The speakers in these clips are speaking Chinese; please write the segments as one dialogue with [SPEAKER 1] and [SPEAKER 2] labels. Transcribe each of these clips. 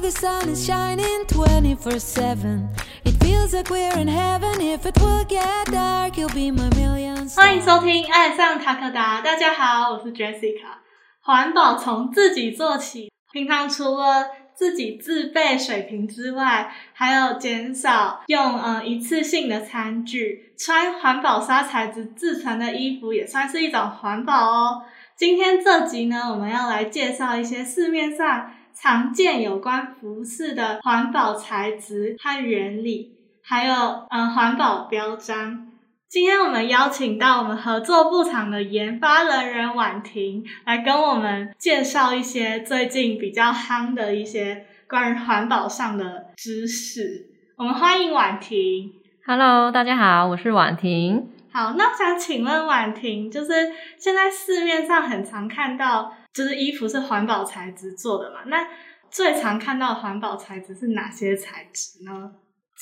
[SPEAKER 1] the sun is shining 24 7. It feels like we're in heaven. If it will get dark, you'll be my million.
[SPEAKER 2] 欢迎收听《爱上塔克达》，大家好，我是 Jessica。环保从自己做起，平常除了自己自备水瓶之外，还有减少用呃一次性的餐具，穿环保纱材质制成的衣服也算是一种环保哦。今天这集呢，我们要来介绍一些市面上常见有关服饰的环保材质和原理，还有嗯、呃环保标章。今天我们邀请到我们合作布厂的研发人员婉婷来跟我们介绍一些最近比较夯的一些关于环保上的知识。我们欢迎婉婷。
[SPEAKER 3] Hello，大家好，我是婉婷。
[SPEAKER 2] 好，那我想请问婉婷，就是现在市面上很常看到，就是衣服是环保材质做的嘛？那最常看到的环保材质是哪些材质呢？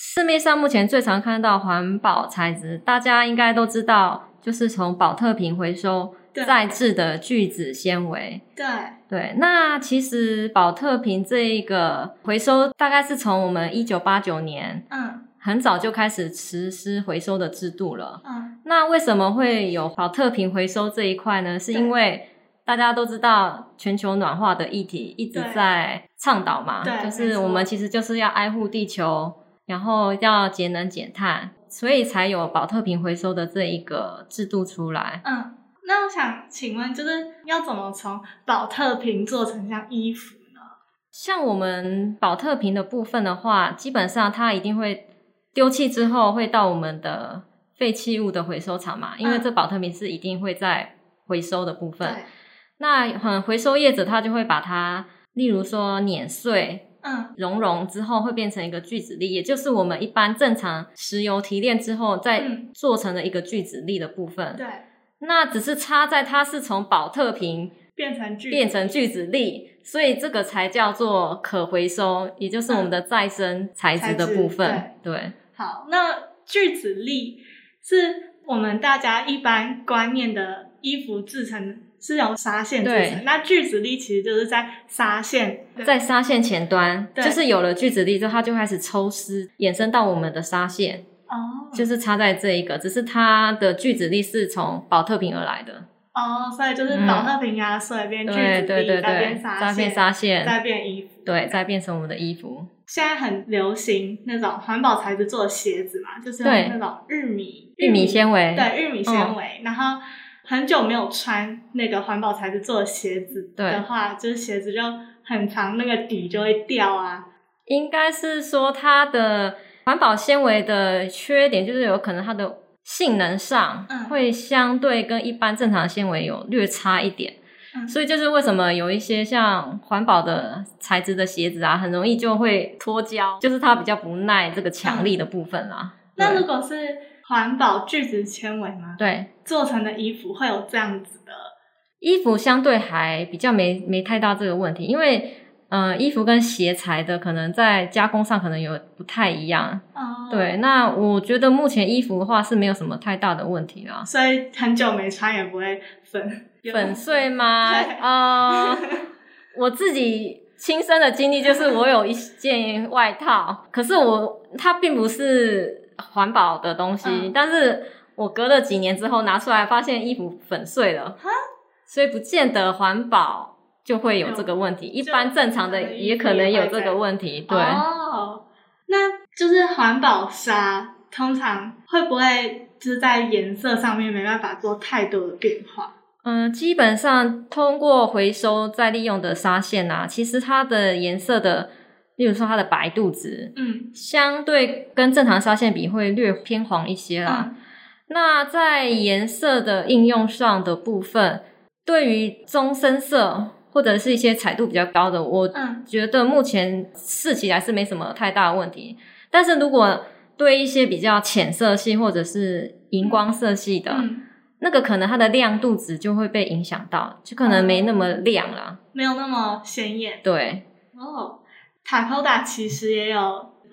[SPEAKER 3] 市面上目前最常看到环保材质，大家应该都知道，就是从保特瓶回收
[SPEAKER 2] 对
[SPEAKER 3] 再制的聚酯纤维。
[SPEAKER 2] 对，
[SPEAKER 3] 对，那其实保特瓶这一个回收，大概是从我们一九八九年
[SPEAKER 2] 嗯
[SPEAKER 3] 很早就开始实施回收的制度了。
[SPEAKER 2] 嗯，
[SPEAKER 3] 那为什么会有保特瓶回收这一块呢？是因为大家都知道全球暖化的议题一直
[SPEAKER 2] 对
[SPEAKER 3] 在倡导嘛
[SPEAKER 2] 对，
[SPEAKER 3] 就
[SPEAKER 2] 没
[SPEAKER 3] 是
[SPEAKER 2] 错
[SPEAKER 3] 我们其实就是要爱护地球，然后要节能减碳，所以才有保特瓶回收的这一个制度出来。
[SPEAKER 2] 嗯，那我想请问，就是要怎么从保特瓶做成像衣服呢？
[SPEAKER 3] 像我们保特瓶的部分的话，基本上它一定会丢弃之后会到我们的废弃物的回收厂嘛，因为
[SPEAKER 2] 嗯
[SPEAKER 3] 这保特瓶是一定会在回收的部分。
[SPEAKER 2] 对，
[SPEAKER 3] 那很回收业者他就会把它，例如说碾碎、
[SPEAKER 2] 嗯
[SPEAKER 3] 熔融之后，会变成一个聚酯粒，也就是我们一般正常石油提炼之后再
[SPEAKER 2] 嗯
[SPEAKER 3] 做成的一个聚酯粒的部分。
[SPEAKER 2] 对，
[SPEAKER 3] 那只是差在它是从保特瓶
[SPEAKER 2] 变成聚
[SPEAKER 3] 变成聚酯粒，所以这个才叫做可回收，也就是我们的再生材质的
[SPEAKER 2] 材
[SPEAKER 3] 部分。对，
[SPEAKER 2] 好，那聚酯粒是我们大家一般观念的衣服制成是由纱线制
[SPEAKER 3] 对
[SPEAKER 2] 成，那聚酯粒其实就是在纱线
[SPEAKER 3] 在纱线前端，
[SPEAKER 2] 对
[SPEAKER 3] 就是有了聚酯粒之后，它就开始抽丝，衍生到我们的纱线。
[SPEAKER 2] 哦
[SPEAKER 3] 就是插在这一个，只是它的聚酯力是从保特瓶而来的，
[SPEAKER 2] 哦，所以就是保特瓶啊压碎变聚酯
[SPEAKER 3] 嗯对对
[SPEAKER 2] 粒，
[SPEAKER 3] 对
[SPEAKER 2] 再
[SPEAKER 3] 对
[SPEAKER 2] 变，纱
[SPEAKER 3] 再变
[SPEAKER 2] 线，
[SPEAKER 3] 纱线，
[SPEAKER 2] 再嗯变衣服。
[SPEAKER 3] 对，再变成我们的衣服，
[SPEAKER 2] 现在很流行那种环保材质做的鞋子嘛，就是用
[SPEAKER 3] 对
[SPEAKER 2] 那种玉米
[SPEAKER 3] 玉米纤维，
[SPEAKER 2] 对玉米
[SPEAKER 3] 嗯
[SPEAKER 2] 纤维，然后很久没有穿那个环保材质做的鞋子
[SPEAKER 3] 对
[SPEAKER 2] 的话，就是鞋子就很长，那个底就会掉啊。
[SPEAKER 3] 应该是说它的环保纤维的缺点就是有可能它的性能上
[SPEAKER 2] 嗯
[SPEAKER 3] 会相对跟一般正常的纤维有略差一点。
[SPEAKER 2] 嗯
[SPEAKER 3] 所以就是为什么有一些像环保的材质的鞋子啊，很容易就会脱胶，就是它比较不耐这个强力的部分啦。
[SPEAKER 2] 嗯那
[SPEAKER 3] 对
[SPEAKER 2] 如果是环保聚酯纤维吗？
[SPEAKER 3] 对，
[SPEAKER 2] 做成的衣服会有这样子的，
[SPEAKER 3] 衣服相对还比较没没太大这个问题，因为呃，衣服跟鞋材的可能在加工上可能有不太一样。
[SPEAKER 2] 哦，
[SPEAKER 3] 对，，那我觉得目前衣服的话是没有什么太大的问题啦。
[SPEAKER 2] 所以很久没穿也不会粉
[SPEAKER 3] 粉碎吗？
[SPEAKER 2] 对
[SPEAKER 3] 呃，我自己亲身的经历就是，我有一件外套，可是我它并不是环保的东西，
[SPEAKER 2] 嗯
[SPEAKER 3] 但是我隔了几年之后拿出来，发现衣服粉碎了，所以不见得环保就会有这个问题，一般正常的也可能有这个问题，对。
[SPEAKER 2] 哦，那就是环保纱通常会不会就是在颜色上面没办法做太多的变化？
[SPEAKER 3] 嗯，基本上通过回收再利用的纱线啊，其实它的颜色的，例如说它的白度值，
[SPEAKER 2] 嗯，
[SPEAKER 3] 相对跟正常纱线比会略偏黄一些
[SPEAKER 2] 嗯
[SPEAKER 3] 啦。那在颜色的应用上的部分，对于棕深色或者是一些彩度比较高的，我
[SPEAKER 2] 嗯
[SPEAKER 3] 觉得目前试起来是没什么太大的问题。但是如果对一些比较浅色系或者是荧光色系的，
[SPEAKER 2] 嗯，
[SPEAKER 3] 那个可能它的亮度值就会被影响到，就可能没那么亮啦。
[SPEAKER 2] 没有那么显眼
[SPEAKER 3] 对，
[SPEAKER 2] 哦。塔科达其实也有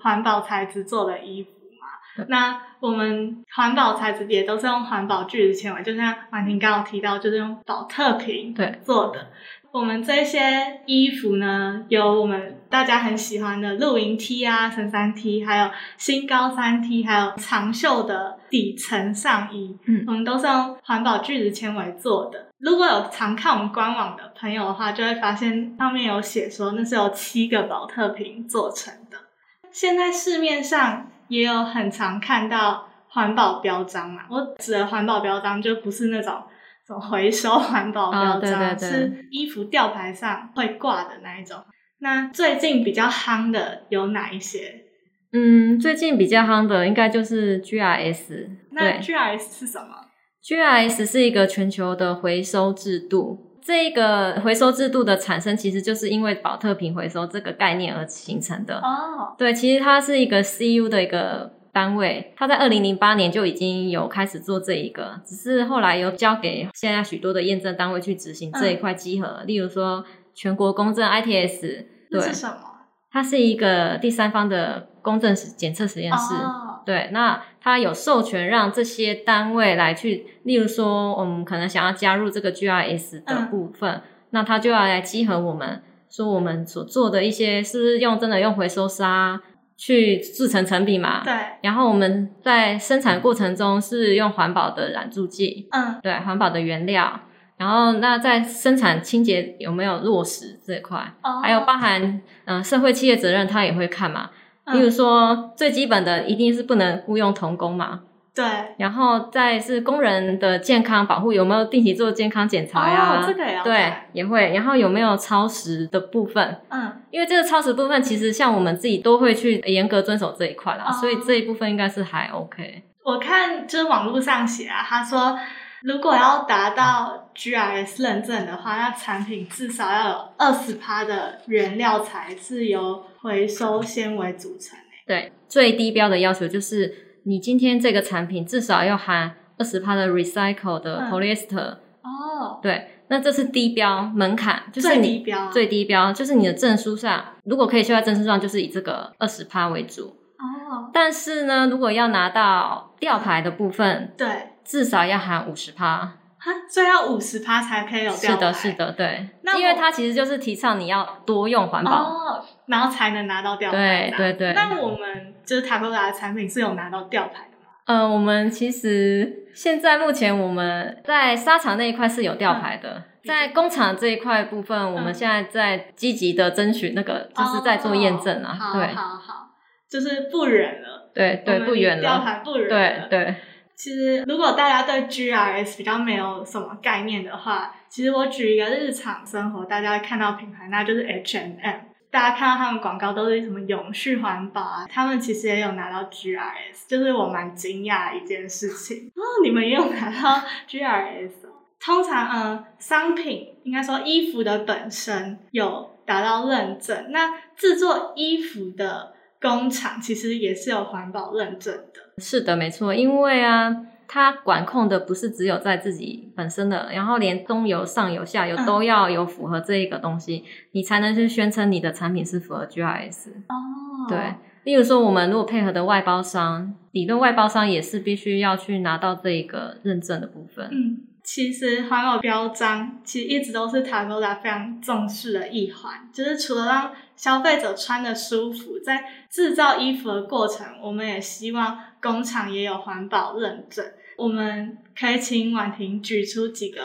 [SPEAKER 2] 环保材质做的衣服嘛，那我们环保材质也都是用环保聚酯纤维，就像婉婷刚刚有提到，就是用保特瓶
[SPEAKER 3] 对
[SPEAKER 2] 做的。我们这些衣服呢，有我们大家很喜欢的露营 T 啊、衬衫 T，还有新高三 T，还有长袖的底层上衣，
[SPEAKER 3] 嗯
[SPEAKER 2] 我们都是用环保聚酯纤维做的。如果有常看我们官网的朋友的话，就会发现上面有写说那是由七个保特瓶做成的。现在市面上也有很常看到环保标章嘛，我指的环保标章就不是那种什么回收环保标
[SPEAKER 3] 啊对
[SPEAKER 2] 章，
[SPEAKER 3] 对对
[SPEAKER 2] 是衣服吊牌上会挂的那一种。那最近比较夯的有哪一些？
[SPEAKER 3] 嗯，最近比较夯的应该就是 GIS，
[SPEAKER 2] 那
[SPEAKER 3] 对
[SPEAKER 2] GIS 是什么？
[SPEAKER 3] GIS 是一个全球的回收制度。这个回收制度的产生，其实就是因为保特瓶回收这个概念而形成的。
[SPEAKER 2] 哦，
[SPEAKER 3] 对，其实它是一个 CU 的一个单位，它在二零零八年就已经有开始做这一个，只是后来有交给现在许多的验证单位去执行这
[SPEAKER 2] 嗯
[SPEAKER 3] 一块集合，例如说全国公证 ITS，
[SPEAKER 2] 这
[SPEAKER 3] 对
[SPEAKER 2] 是，什么？
[SPEAKER 3] 它是一个第三方的公证实检测实验室。
[SPEAKER 2] 哦，
[SPEAKER 3] 对，那它有授权让这些单位来去，例如说，我们可能想要加入这个 GIS 的
[SPEAKER 2] 嗯
[SPEAKER 3] 部分，那它就要来集合我们，说我们所做的一些是不是用真的用回收沙去制成成品嘛？。
[SPEAKER 2] 对，
[SPEAKER 3] 然后我们在生产过程中是用环保的染助剂，
[SPEAKER 2] 嗯，
[SPEAKER 3] 对，环保的原料。然后那在生产清洁有没有落实这一块？
[SPEAKER 2] 哦，
[SPEAKER 3] 还有包含嗯、呃社会企业责任，他也会看嘛。
[SPEAKER 2] 嗯
[SPEAKER 3] 例如说，最基本的一定是不能雇佣童工嘛，
[SPEAKER 2] 对，
[SPEAKER 3] 然后再是工人的健康保护有没有定期做健康检查呀？
[SPEAKER 2] 哦，这个也要
[SPEAKER 3] 对
[SPEAKER 2] 看，
[SPEAKER 3] 也会。然后有没有超时的部分？
[SPEAKER 2] 嗯，
[SPEAKER 3] 因为这个超时部分，其实像我们自己都会去严格遵守这一块啦，
[SPEAKER 2] 哦
[SPEAKER 3] 所以这一部分应该是还 OK。
[SPEAKER 2] 我看就是网络上写啊，他说如果要达到 GRS 认证的话，那产品至少要有二十趴的原料材是由回收纤维组成的。
[SPEAKER 3] 对，最低标的要求就是你今天这个产品至少要含二十帕的 recycle 的
[SPEAKER 2] 嗯
[SPEAKER 3] polyester，、
[SPEAKER 2] 哦，
[SPEAKER 3] 对，那这是低标门槛，就是
[SPEAKER 2] 最
[SPEAKER 3] 你
[SPEAKER 2] 低标啊
[SPEAKER 3] 最低标就是你的证书上，如果可以修在证书上，就是以这个二十趴为主。
[SPEAKER 2] 哦，
[SPEAKER 3] 但是呢，如果要拿到吊牌的部分，
[SPEAKER 2] 对，
[SPEAKER 3] 至少要含五十趴。
[SPEAKER 2] 哈，所以要五十趴才可以有
[SPEAKER 3] 是
[SPEAKER 2] 吊
[SPEAKER 3] 的，
[SPEAKER 2] 牌
[SPEAKER 3] 是的，对
[SPEAKER 2] 那，
[SPEAKER 3] 因为
[SPEAKER 2] 我
[SPEAKER 3] 它其实就是提倡你要多用环保。
[SPEAKER 2] 哦，然后才能拿到吊牌
[SPEAKER 3] 对
[SPEAKER 2] 这样。
[SPEAKER 3] 对对，
[SPEAKER 2] 那我们就是塔克达的产品是有拿到吊牌的吗？
[SPEAKER 3] 呃，我们其实现在目前我们在沙场那一块是有吊牌的，在工厂这一块部分，我们
[SPEAKER 2] 嗯
[SPEAKER 3] 现在在积极的争取那个，就是在做验证啊。
[SPEAKER 2] 哦
[SPEAKER 3] 对
[SPEAKER 2] 好好好，就是不远了，
[SPEAKER 3] 对对，
[SPEAKER 2] 我们
[SPEAKER 3] 不远
[SPEAKER 2] 吊
[SPEAKER 3] 了。
[SPEAKER 2] 牌不远
[SPEAKER 3] 对
[SPEAKER 2] 了。
[SPEAKER 3] 对，
[SPEAKER 2] 其实，如果大家对 GRS 比较没有什么概念的话，其实我举一个日常生活大家看到品牌，那就是 H&M。大家看到他们广告都是什么永续环保啊，他们其实也有拿到 GRS，就是我蛮惊讶的一件事情。哦，你们也有拿到 GRS 哦。通常，嗯，商品应该说衣服的本身有达到认证，那制作衣服的工厂其实也是有环保认证的。
[SPEAKER 3] 是的，没错。因为啊，它管控的不是只有在自己本身的，然后连中游、上游、下游
[SPEAKER 2] 嗯
[SPEAKER 3] 都要有符合这一个东西，你才能去宣称你的产品是符合 GIS。
[SPEAKER 2] 哦
[SPEAKER 3] 对，例如说，我们如果配合的外包商，理论外包商也是必须要去拿到这一个认证的部分。
[SPEAKER 2] 嗯，其实环保标章其实一直都是 Tagoda 非常重视的一环，就是除了让消费者穿的舒服，在制造衣服的过程，我们也希望工厂也有环保认证。我们可以请婉婷举出几个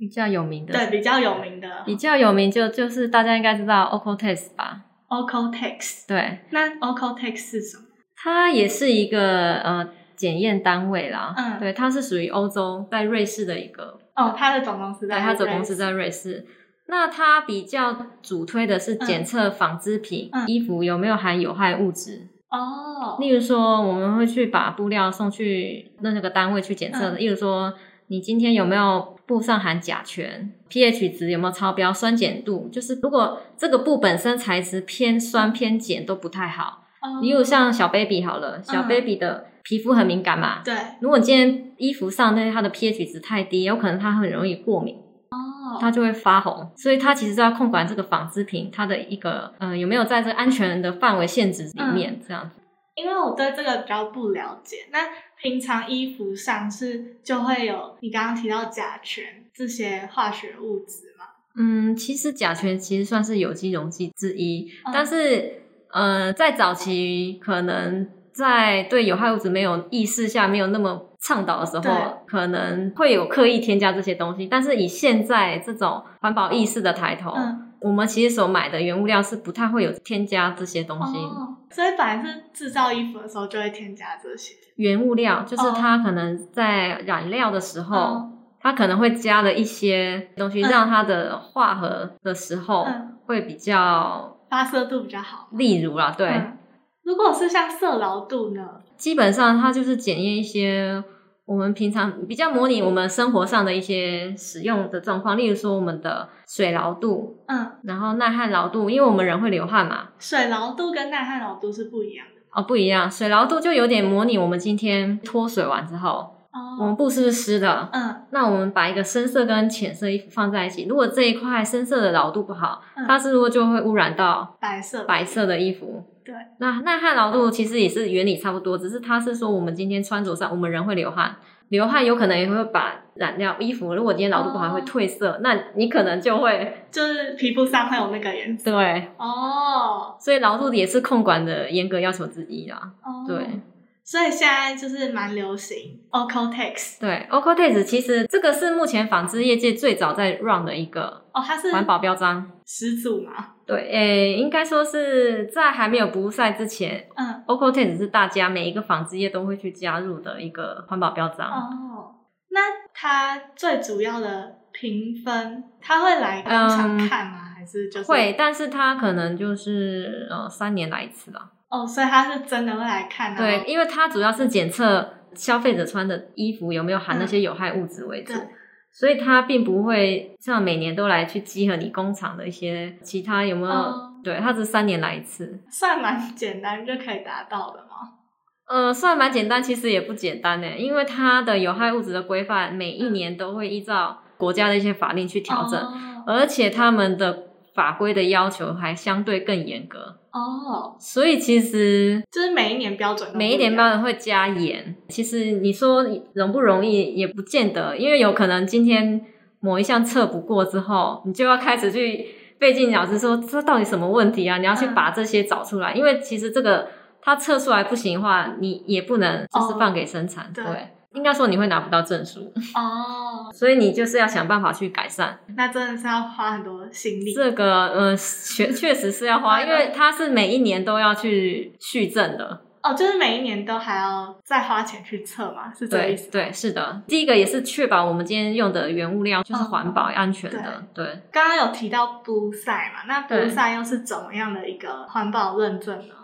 [SPEAKER 3] 比较有名的，
[SPEAKER 2] 对比较有名的
[SPEAKER 3] 比较有名就就是大家应该知道 Ocotex 吧？
[SPEAKER 2] Ocotex。
[SPEAKER 3] 对，
[SPEAKER 2] 那 Ocotex 是什么？
[SPEAKER 3] 它也是一个呃检验单位啦。
[SPEAKER 2] 嗯
[SPEAKER 3] 对，它是属于欧洲，在瑞士的一个，
[SPEAKER 2] 哦，它的总公司在
[SPEAKER 3] 对，它子公司在瑞士。那它比较主推的是检测纺织品、
[SPEAKER 2] 嗯
[SPEAKER 3] 衣服有没有含有害物质，
[SPEAKER 2] 哦，
[SPEAKER 3] 例如说我们会去把布料送去那个单位去检测的，
[SPEAKER 2] 嗯
[SPEAKER 3] 例如说你今天有没有布上含甲醛，pH 值有没有超标，酸碱度，就是如果这个布本身材质偏酸偏碱都不太好，
[SPEAKER 2] 哦
[SPEAKER 3] 例如像小 baby 好了，小
[SPEAKER 2] 嗯
[SPEAKER 3] baby 的皮肤很敏感嘛，
[SPEAKER 2] 对
[SPEAKER 3] 如果今天衣服上那它的 pH 值太低，有可能它很容易过敏，
[SPEAKER 2] 哦，
[SPEAKER 3] 它就会发红。所以它其实是要控
[SPEAKER 2] 嗯
[SPEAKER 3] 管这个纺织品它的一个呃有没有在这个安全的范围限制里面这样子。
[SPEAKER 2] 因为我对这个比较不了解。那平常衣服上是就会有你刚刚提到甲醛这些化学物质嘛？
[SPEAKER 3] 嗯，其实甲醛其实算是有机溶剂之一，
[SPEAKER 2] 嗯
[SPEAKER 3] 但是呃，在早期可能在对有害物质没有意识下，没有那么倡导的时
[SPEAKER 2] 对
[SPEAKER 3] 候，可能会有刻意添加这些东西。但是以现在这种环保意识的抬头，
[SPEAKER 2] 嗯，
[SPEAKER 3] 我们其实所买的原物料是不太会有添加这些东西。
[SPEAKER 2] 哦，所以本来是制造衣服的时候就会添加这些。
[SPEAKER 3] 原物料就是
[SPEAKER 2] 哦
[SPEAKER 3] 它可能在染料的时候，
[SPEAKER 2] 哦
[SPEAKER 3] 它可能会加了一些东西，
[SPEAKER 2] 嗯
[SPEAKER 3] 让它的化合的时候、
[SPEAKER 2] 嗯
[SPEAKER 3] 会比较
[SPEAKER 2] 发色度比较好。
[SPEAKER 3] 例如啦，对，
[SPEAKER 2] 嗯如果是像色牢度呢？
[SPEAKER 3] 基本上它就是检验一些我们平常比较模拟我们生活上的一些使用的状况，例如说我们的水牢度，
[SPEAKER 2] 嗯，
[SPEAKER 3] 然后耐旱牢度，因为我们人会流汗嘛，
[SPEAKER 2] 水牢度跟耐旱牢度是不一样的。
[SPEAKER 3] 哦不一样，水牢度就有点模拟我们今天脱水完之后，我们
[SPEAKER 2] 哦，
[SPEAKER 3] 布是不是湿的？
[SPEAKER 2] 嗯
[SPEAKER 3] 那我们把一个深色跟浅色衣服放在一起，如果这一块深色的牢度不好，
[SPEAKER 2] 嗯，
[SPEAKER 3] 它是不是就会污染到
[SPEAKER 2] 白色
[SPEAKER 3] 白色的衣服。
[SPEAKER 2] 对，
[SPEAKER 3] 那耐汗劳度其实也是原理差不多，只是它是说我们今天穿着上，我们人会流汗，流汗有可能也会把染料衣服，如果今天劳度不好
[SPEAKER 2] 哦
[SPEAKER 3] 会褪色，那你可能就会
[SPEAKER 2] 就是皮肤上会有那个颜色。
[SPEAKER 3] 对，
[SPEAKER 2] 哦
[SPEAKER 3] 所以劳度也是控管的严格要求之一啦。
[SPEAKER 2] 哦，
[SPEAKER 3] 对。
[SPEAKER 2] 所以现在就是蛮流行 o c o t e x
[SPEAKER 3] 对 o c o t e s 其实这个是目前纺织业界最早在 run 的一个
[SPEAKER 2] 哦，它是
[SPEAKER 3] 环保标章。
[SPEAKER 2] 始祖嘛，
[SPEAKER 3] 对，诶，应该说是在还没有不晒之前
[SPEAKER 2] 嗯
[SPEAKER 3] o c o t e s 是大家每一个纺织业都会去加入的一个环保标章。
[SPEAKER 2] 哦，那它最主要的评分，它会来工厂
[SPEAKER 3] 嗯
[SPEAKER 2] 看吗？还是就是
[SPEAKER 3] 会，但是他可能就是呃三年来一次吧。
[SPEAKER 2] 哦，所以它是真的会来看的。
[SPEAKER 3] 对，，因为它主要是检测消费者穿的衣服有没有含那
[SPEAKER 2] 嗯
[SPEAKER 3] 些有害物质为主，
[SPEAKER 2] 对
[SPEAKER 3] 所以它并不会像每年都来去稽核你工厂的一些其他有没有。
[SPEAKER 2] 哦
[SPEAKER 3] 对，它只是三年来一次，
[SPEAKER 2] 算蛮简单就可以达到的嘛。
[SPEAKER 3] 呃，算蛮简单，其实也不简单呢，因为它的有害物质的规范每一年都会依照国家的一些法令去调整，
[SPEAKER 2] 哦
[SPEAKER 3] 而且他们的法规的要求还相对更严格，
[SPEAKER 2] 哦，
[SPEAKER 3] 所以其实
[SPEAKER 2] 就是每一年标准都不样，
[SPEAKER 3] 每一点标准会加盐。其实你说容不容易，也不见得，因为有可能今天某一项测不过之后，你就要开始去费尽脑汁说这到底什么问题啊？你要去
[SPEAKER 2] 嗯
[SPEAKER 3] 把这些找出来，因为其实这个它测出来不行的话，你也不能就是
[SPEAKER 2] 哦
[SPEAKER 3] 放给生产，
[SPEAKER 2] 对
[SPEAKER 3] 对。应该说你会拿不到证书，
[SPEAKER 2] 哦，
[SPEAKER 3] 所以你就是要想办法去改善
[SPEAKER 2] 那真的是要花很多心力。
[SPEAKER 3] 这个，呃，确确实是要花，因为它是每一年都要去续证的，
[SPEAKER 2] 哦，就是每一年都还要再花钱去测嘛，是这个
[SPEAKER 3] 对
[SPEAKER 2] 意思。
[SPEAKER 3] 对，是的，第一个也是确保我们今天用的原物料就是
[SPEAKER 2] 嗯
[SPEAKER 3] 环保、安全的，对。
[SPEAKER 2] 刚刚有提到布赛嘛，那布
[SPEAKER 3] 对
[SPEAKER 2] 赛又是怎么样的一个环保认证呢？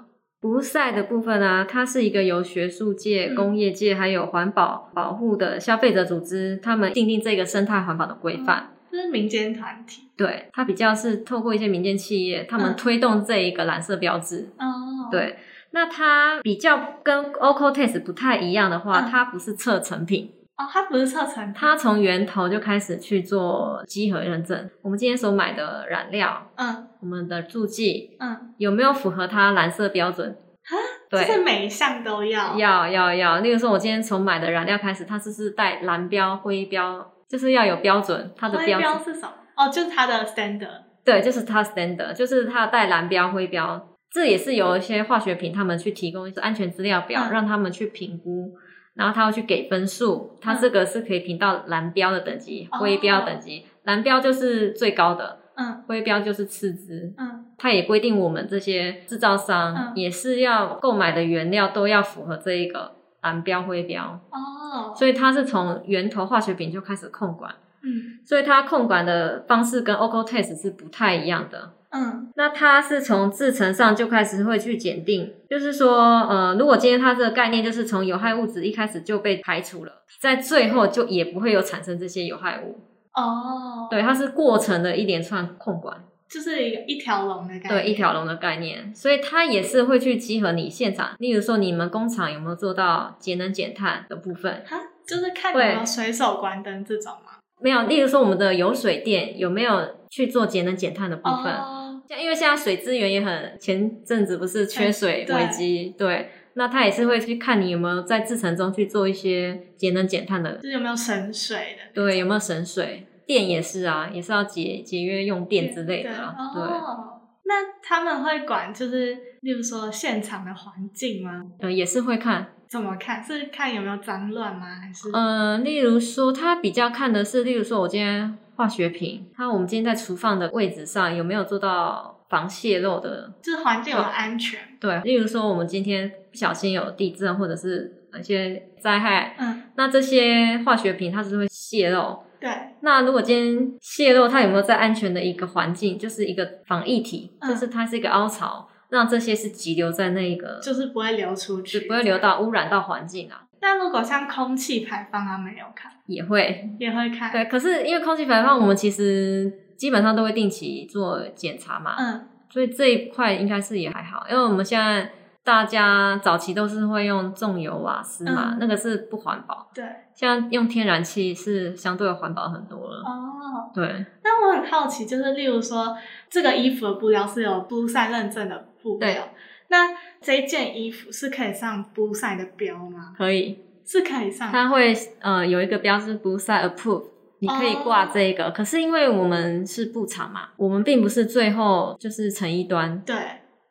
[SPEAKER 3] 不晒的部分啊，它是一个由学术界、
[SPEAKER 2] 嗯
[SPEAKER 3] 工业界还有环保保护的消费者组织，他们订定这个生态环保的规范。
[SPEAKER 2] 就是民间团体
[SPEAKER 3] 对，它比较是透过一些民间企业，他们
[SPEAKER 2] 嗯
[SPEAKER 3] 推动这一个蓝色标志。
[SPEAKER 2] 哦，，
[SPEAKER 3] 对，那它比较跟 OCOTES 不太一样的话，
[SPEAKER 2] 嗯
[SPEAKER 3] 它不是测成品，
[SPEAKER 2] 哦，它不是测成
[SPEAKER 3] 它从源头就开始去做集合认证。我们今天所买的染料，
[SPEAKER 2] 嗯
[SPEAKER 3] 我们的助剂
[SPEAKER 2] 嗯，
[SPEAKER 3] 有没有符合它蓝色标准？
[SPEAKER 2] 啊就是
[SPEAKER 3] 对，
[SPEAKER 2] 每一项都要，
[SPEAKER 3] 要要要。例如说，我今天从买的染料开始，它是不是带蓝标、灰标，就是要有标准，它的
[SPEAKER 2] 徽
[SPEAKER 3] 标
[SPEAKER 2] 标
[SPEAKER 3] 准
[SPEAKER 2] 是什么？哦，就是它的 standard
[SPEAKER 3] 对，就是它 standard，就是它带蓝标、灰标。这也是有一些化学品他们去提供一些安全资料表，
[SPEAKER 2] 嗯
[SPEAKER 3] 让他们去评估，然后他会去给分数，它
[SPEAKER 2] 嗯
[SPEAKER 3] 这个是可以评到蓝标的等级、灰标
[SPEAKER 2] 哦
[SPEAKER 3] 等级，蓝标就是最高的，
[SPEAKER 2] 嗯
[SPEAKER 3] 灰标就是次之。
[SPEAKER 2] 嗯
[SPEAKER 3] 它也规定我们这些制造商
[SPEAKER 2] 嗯
[SPEAKER 3] 也是要购买的原料都要符合这一个蓝标灰标，
[SPEAKER 2] 哦，
[SPEAKER 3] 所以它是从源头化学品就开始控管，
[SPEAKER 2] 嗯
[SPEAKER 3] 所以它控管的方式跟 OCOTES 是不太一样的。
[SPEAKER 2] 嗯
[SPEAKER 3] 那它是从制成上就开始会去检定，就是说，呃，如果今天它这个概念就是从有害物质一开始就被排除了，在最后就也不会有产生这些有害物。
[SPEAKER 2] 哦，
[SPEAKER 3] 对，它是过程的一连串控管。
[SPEAKER 2] 就是一个一条龙的感觉，
[SPEAKER 3] 对一条龙的概念，所以它也是会去集合你现场，例如说你们工厂有没有做到节能减碳的部分？
[SPEAKER 2] 哈，就是看有没有
[SPEAKER 3] 对
[SPEAKER 2] 随手关灯这种嘛。
[SPEAKER 3] 没有，例如说我们的有水电有没有去做节能减碳的部分？
[SPEAKER 2] 哦，
[SPEAKER 3] 像因为现在水资源也很，前阵子不是缺水
[SPEAKER 2] 对
[SPEAKER 3] 危机，对，那它也是会去看你有没有在制成中去做一些节能减碳的，
[SPEAKER 2] 就是有没有省水的
[SPEAKER 3] 对，有没有省水？电也是啊，也是要节节约用电之类的啊，对。
[SPEAKER 2] 哦那他们会管，就是例如说现场的环境吗？
[SPEAKER 3] 呃，也是会看。
[SPEAKER 2] 怎么看？是看有没有脏乱吗？还是
[SPEAKER 3] 呃，例如说，他比较看的是，例如说，我今天化学品，它我们今天在厨房的位置上有没有做到防泄漏的？
[SPEAKER 2] 就是环境有没有安全？
[SPEAKER 3] 对，例如说，我们今天不小心有地震或者是一些灾害，
[SPEAKER 2] 嗯，
[SPEAKER 3] 那这些化学品它是会泄漏。
[SPEAKER 2] 对，
[SPEAKER 3] 那如果今天泄漏，它有没有在安全的一个环境，就是一个防疫体，
[SPEAKER 2] 嗯
[SPEAKER 3] 就是它是一个凹槽，让这些是急流在那个，
[SPEAKER 2] 就是不会流出去，
[SPEAKER 3] 只不会流。到污染到环境啊，
[SPEAKER 2] 那如果像空气排放，他们有看，
[SPEAKER 3] 也会
[SPEAKER 2] 也会看。，
[SPEAKER 3] 对，可是因为空气排放，我们其实基本上都会定期做检查嘛，
[SPEAKER 2] 嗯，
[SPEAKER 3] 所以这一块应该是也还好，因为我们现在大家早期都是会用重油瓦斯嘛，
[SPEAKER 2] 嗯
[SPEAKER 3] 那个是不环保，
[SPEAKER 2] 对。
[SPEAKER 3] 现在用天然气是相对环保很多了。
[SPEAKER 2] 哦，
[SPEAKER 3] 对
[SPEAKER 2] 那我很好奇，就是例如说，这个衣服的布料是有布赛认证的布料
[SPEAKER 3] 对，
[SPEAKER 2] 那这一件衣服是可以上布赛的标吗？
[SPEAKER 3] 可以，
[SPEAKER 2] 是可以上的。
[SPEAKER 3] 它会呃有一个标志不晒 approve。你可以
[SPEAKER 2] 哦
[SPEAKER 3] 挂这个可是因为我们是布厂嘛，我们并不是最后就是成衣端，
[SPEAKER 2] 对，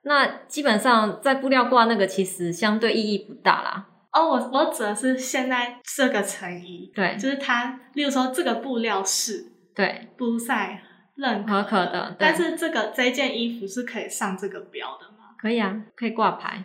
[SPEAKER 3] 那基本上在布料挂那个其实相对意义不大啦。
[SPEAKER 2] 哦，我我指的是现在这个成衣，
[SPEAKER 3] 对
[SPEAKER 2] 就是它，例如说这个布料是
[SPEAKER 3] 对，
[SPEAKER 2] 布赛认
[SPEAKER 3] 合
[SPEAKER 2] 可
[SPEAKER 3] 可的对
[SPEAKER 2] 但是这个这件衣服是可以上这个标的吗？
[SPEAKER 3] 可以啊，可以挂牌。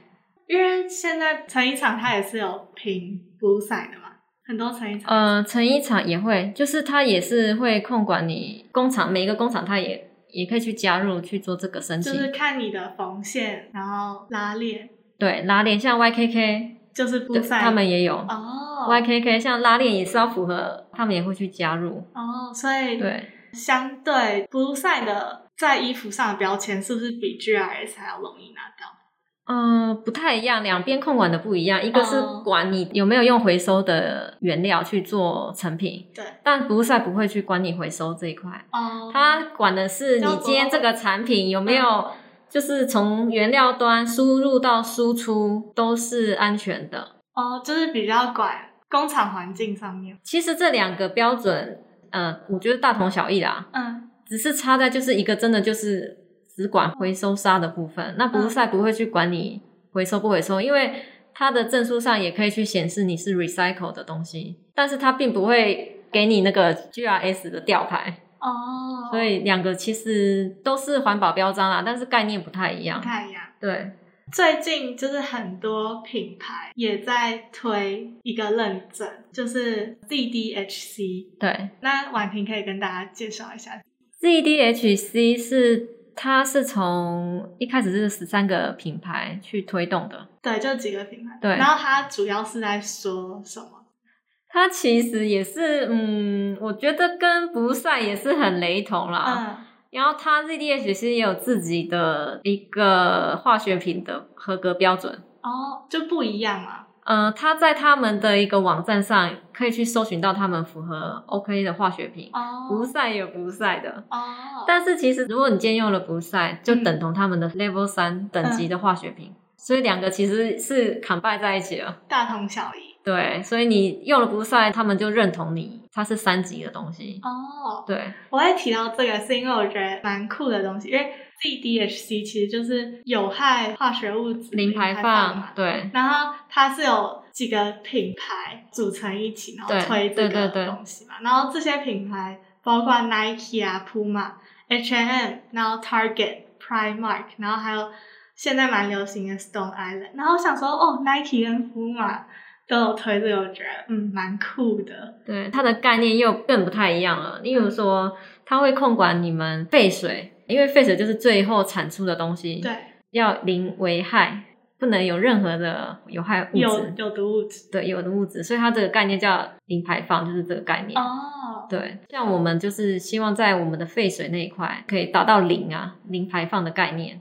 [SPEAKER 2] 因为现在成衣厂它也是有评布赛的嘛，很多成衣厂，
[SPEAKER 3] 呃，成衣厂也会，就是它也是会控管你工厂，每一个工厂它也也可以去加入去做这个申
[SPEAKER 2] 就
[SPEAKER 3] 请。
[SPEAKER 2] 是看你的缝线，然后拉链，
[SPEAKER 3] 对，拉链像 YKK，
[SPEAKER 2] 就是布
[SPEAKER 3] 对
[SPEAKER 2] 赛，
[SPEAKER 3] 他们也有、
[SPEAKER 2] 哦
[SPEAKER 3] YKK，像拉链也是要符合，他们也会去加入。
[SPEAKER 2] 哦，所以
[SPEAKER 3] 对，
[SPEAKER 2] 相对布赛的在衣服上的标签是不是比 GRS 还要容易拿到？
[SPEAKER 3] 嗯、不太一样，两边控管的不一样，一个是
[SPEAKER 2] 哦
[SPEAKER 3] 管你有没有用回收的原料去做成品，
[SPEAKER 2] 对，
[SPEAKER 3] 但不赛不会去管你回收这一块。
[SPEAKER 2] 哦，
[SPEAKER 3] 它管的是你今天这个产品有没有，就是从原料端输入到输出都是安全的。
[SPEAKER 2] 哦，就是比较管工厂环境上面。
[SPEAKER 3] 其实这两个标准，呃，我觉得大同小异啦，
[SPEAKER 2] 嗯，
[SPEAKER 3] 只是差在就是一个真的就是只管回收沙的部分，那不赛不会去管你回收不回收，因为它的证书上也可以去显示你是 recycle 的东西，但是它并不会给你那个 GRS 的吊牌。
[SPEAKER 2] 哦，
[SPEAKER 3] 所以两个其实都是环保标章啦，但是概念不太一样
[SPEAKER 2] 不。太一样。
[SPEAKER 3] 对，
[SPEAKER 2] 最近就是很多品牌也在推一个认证，就是 CDHC。
[SPEAKER 3] 对
[SPEAKER 2] 那婉婷可以跟大家介绍一下。
[SPEAKER 3] ，CDHC 是它是从一开始是十三个品牌去推动的，
[SPEAKER 2] 对，就几个品牌。
[SPEAKER 3] 对
[SPEAKER 2] 然后它主要是在说什么？
[SPEAKER 3] 它其实也是嗯，我觉得跟不赛也是很雷同啦。
[SPEAKER 2] 嗯，
[SPEAKER 3] 然后它 CDHC 也有自己的一个化学品的合格标准。
[SPEAKER 2] 哦，就不一样嘛。
[SPEAKER 3] 呃，它在他们的一个网站上可以去搜寻到他们符合 OK 的化学品，
[SPEAKER 2] 哦，
[SPEAKER 3] 不赛有不赛的。
[SPEAKER 2] 哦，
[SPEAKER 3] 但是其实，如果你今天用了不晒，就等同他们
[SPEAKER 2] 嗯
[SPEAKER 3] 的 level 三等级的化学品，所以两个其实是 combine 在一起了。
[SPEAKER 2] 大同小异。
[SPEAKER 3] 对，所以你用了不晒，他们就认同你它是三级的东西。
[SPEAKER 2] 哦，
[SPEAKER 3] 对，
[SPEAKER 2] 我会提到这个，是因为我觉得蛮酷的东西，因为 CDHC 其实就是有害化学物质
[SPEAKER 3] 零排
[SPEAKER 2] 嘛
[SPEAKER 3] 放，对
[SPEAKER 2] 然后它是有几个品牌组成一起，然后
[SPEAKER 3] 对
[SPEAKER 2] 推这
[SPEAKER 3] 对
[SPEAKER 2] 个
[SPEAKER 3] 对对
[SPEAKER 2] 东西嘛。然后这些品牌包括 Nike 啊、Puma、H&M，然后 Target、Primark，然后还有现在蛮流行的 Stone Island。然后我想说，哦，Nike 跟 Puma 都有推这个，我觉得嗯蛮酷的。
[SPEAKER 3] 对，它的概念又更不太一样了。例如
[SPEAKER 2] 嗯
[SPEAKER 3] 说，它会控管你们废水，因为废水就是最后产出的东西，
[SPEAKER 2] 对，
[SPEAKER 3] 要零危害，不能有任何的有害物
[SPEAKER 2] 有
[SPEAKER 3] 质。
[SPEAKER 2] 有毒物质
[SPEAKER 3] 对，有的物质，所以它这个概念叫零排放，就是这个概念。
[SPEAKER 2] 哦。
[SPEAKER 3] 对，像我们就是希望在我们的废水那一块可以达到零啊，零排放的概念。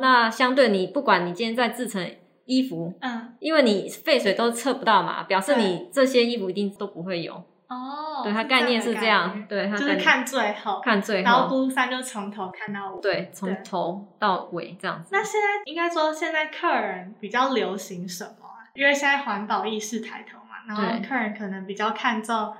[SPEAKER 3] 那相对你，不管你今天在制成衣服，
[SPEAKER 2] 嗯
[SPEAKER 3] 因为你废水都测不到嘛，表示你这些衣服一定都不会有。
[SPEAKER 2] 哦，
[SPEAKER 3] 对，它概念是这样，对，它
[SPEAKER 2] 就
[SPEAKER 3] 概
[SPEAKER 2] 是
[SPEAKER 3] 念
[SPEAKER 2] 看最后，
[SPEAKER 3] 看最
[SPEAKER 2] 然后
[SPEAKER 3] 后，
[SPEAKER 2] 布三就从头看到尾。
[SPEAKER 3] 对，
[SPEAKER 2] 对
[SPEAKER 3] 从头到尾这样子。
[SPEAKER 2] 那现在应该说，现在客人比较流行什么啊？因为现在环保意识抬头嘛，然后
[SPEAKER 3] 对
[SPEAKER 2] 客人可能比较看重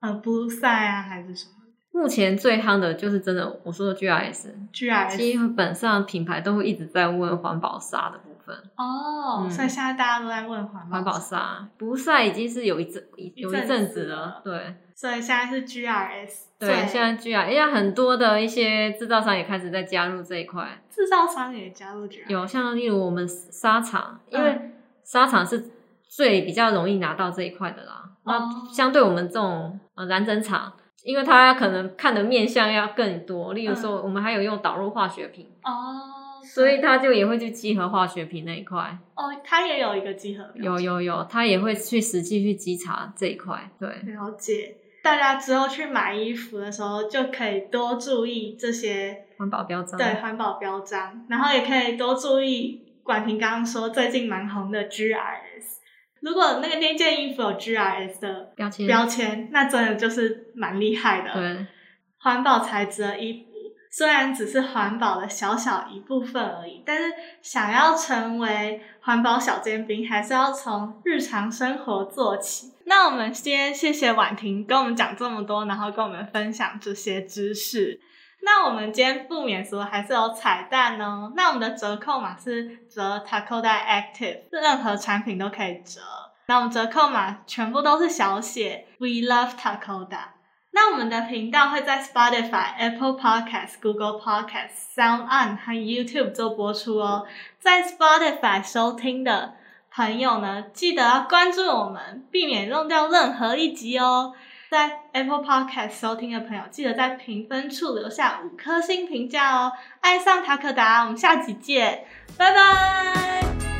[SPEAKER 2] 呃 blue side 啊，还是什么
[SPEAKER 3] 目前最夯的就是真的我说的 GIS，基
[SPEAKER 2] GIS
[SPEAKER 3] 本上品牌都会一直在问环保沙的部分，
[SPEAKER 2] 哦，
[SPEAKER 3] 嗯
[SPEAKER 2] 所以现在大家都在问环
[SPEAKER 3] 环保沙不晒已经是有一阵一有一阵子了，对
[SPEAKER 2] 所以现在是 GRS
[SPEAKER 3] 对，现在 GIS，因为很多的一些制造商也开始在加入这一块，
[SPEAKER 2] 制造商也加入 GRS，
[SPEAKER 3] 有像例如我们沙场，因
[SPEAKER 2] 嗯
[SPEAKER 3] 为沙场是最比较容易拿到这一块的啦。那、
[SPEAKER 2] 哦
[SPEAKER 3] 相对我们这种呃染整厂，因为它可能看的面相要更多，例如说
[SPEAKER 2] 嗯
[SPEAKER 3] 我们还有用导入化学品，
[SPEAKER 2] 哦，
[SPEAKER 3] 所以它就也会去集合化学品那一块。
[SPEAKER 2] 哦，它也有一个集合标
[SPEAKER 3] 有有有，它也会去实际去稽查这一块。对，
[SPEAKER 2] 了解。大家之后去买衣服的时候，就可以多注意这些
[SPEAKER 3] 环保标章。
[SPEAKER 2] 对环保标章，然后也可以多注意管平刚刚说最近蛮红的 GRS。如果那个那件衣服有 GRS 的
[SPEAKER 3] 标签。
[SPEAKER 2] 标签，那真的就是蛮厉害的。
[SPEAKER 3] 嗯对
[SPEAKER 2] 环保材质的衣服虽然只是环保的小小一部分而已，但是想要成为环保小尖兵，还是要从日常生活做起。那我们今天谢谢婉婷跟我们讲这么多，然后跟我们分享这些知识。那我们今天不免俗还是有彩蛋哦。那我们的折扣码是折 Takoda Active，任何产品都可以折。那我们折扣码全部都是小写，We love Takoda。那我们的频道会在 Spotify、Apple Podcast、Google Podcast、Sound On 和 YouTube 做播出哦。在 Spotify 收听的朋友呢，记得要关注我们，避免漏掉任何一集哦。在 Apple Podcast 收听的朋友，记得在评分处留下五颗星评价哦。爱上塔可达，我们下集见，拜拜。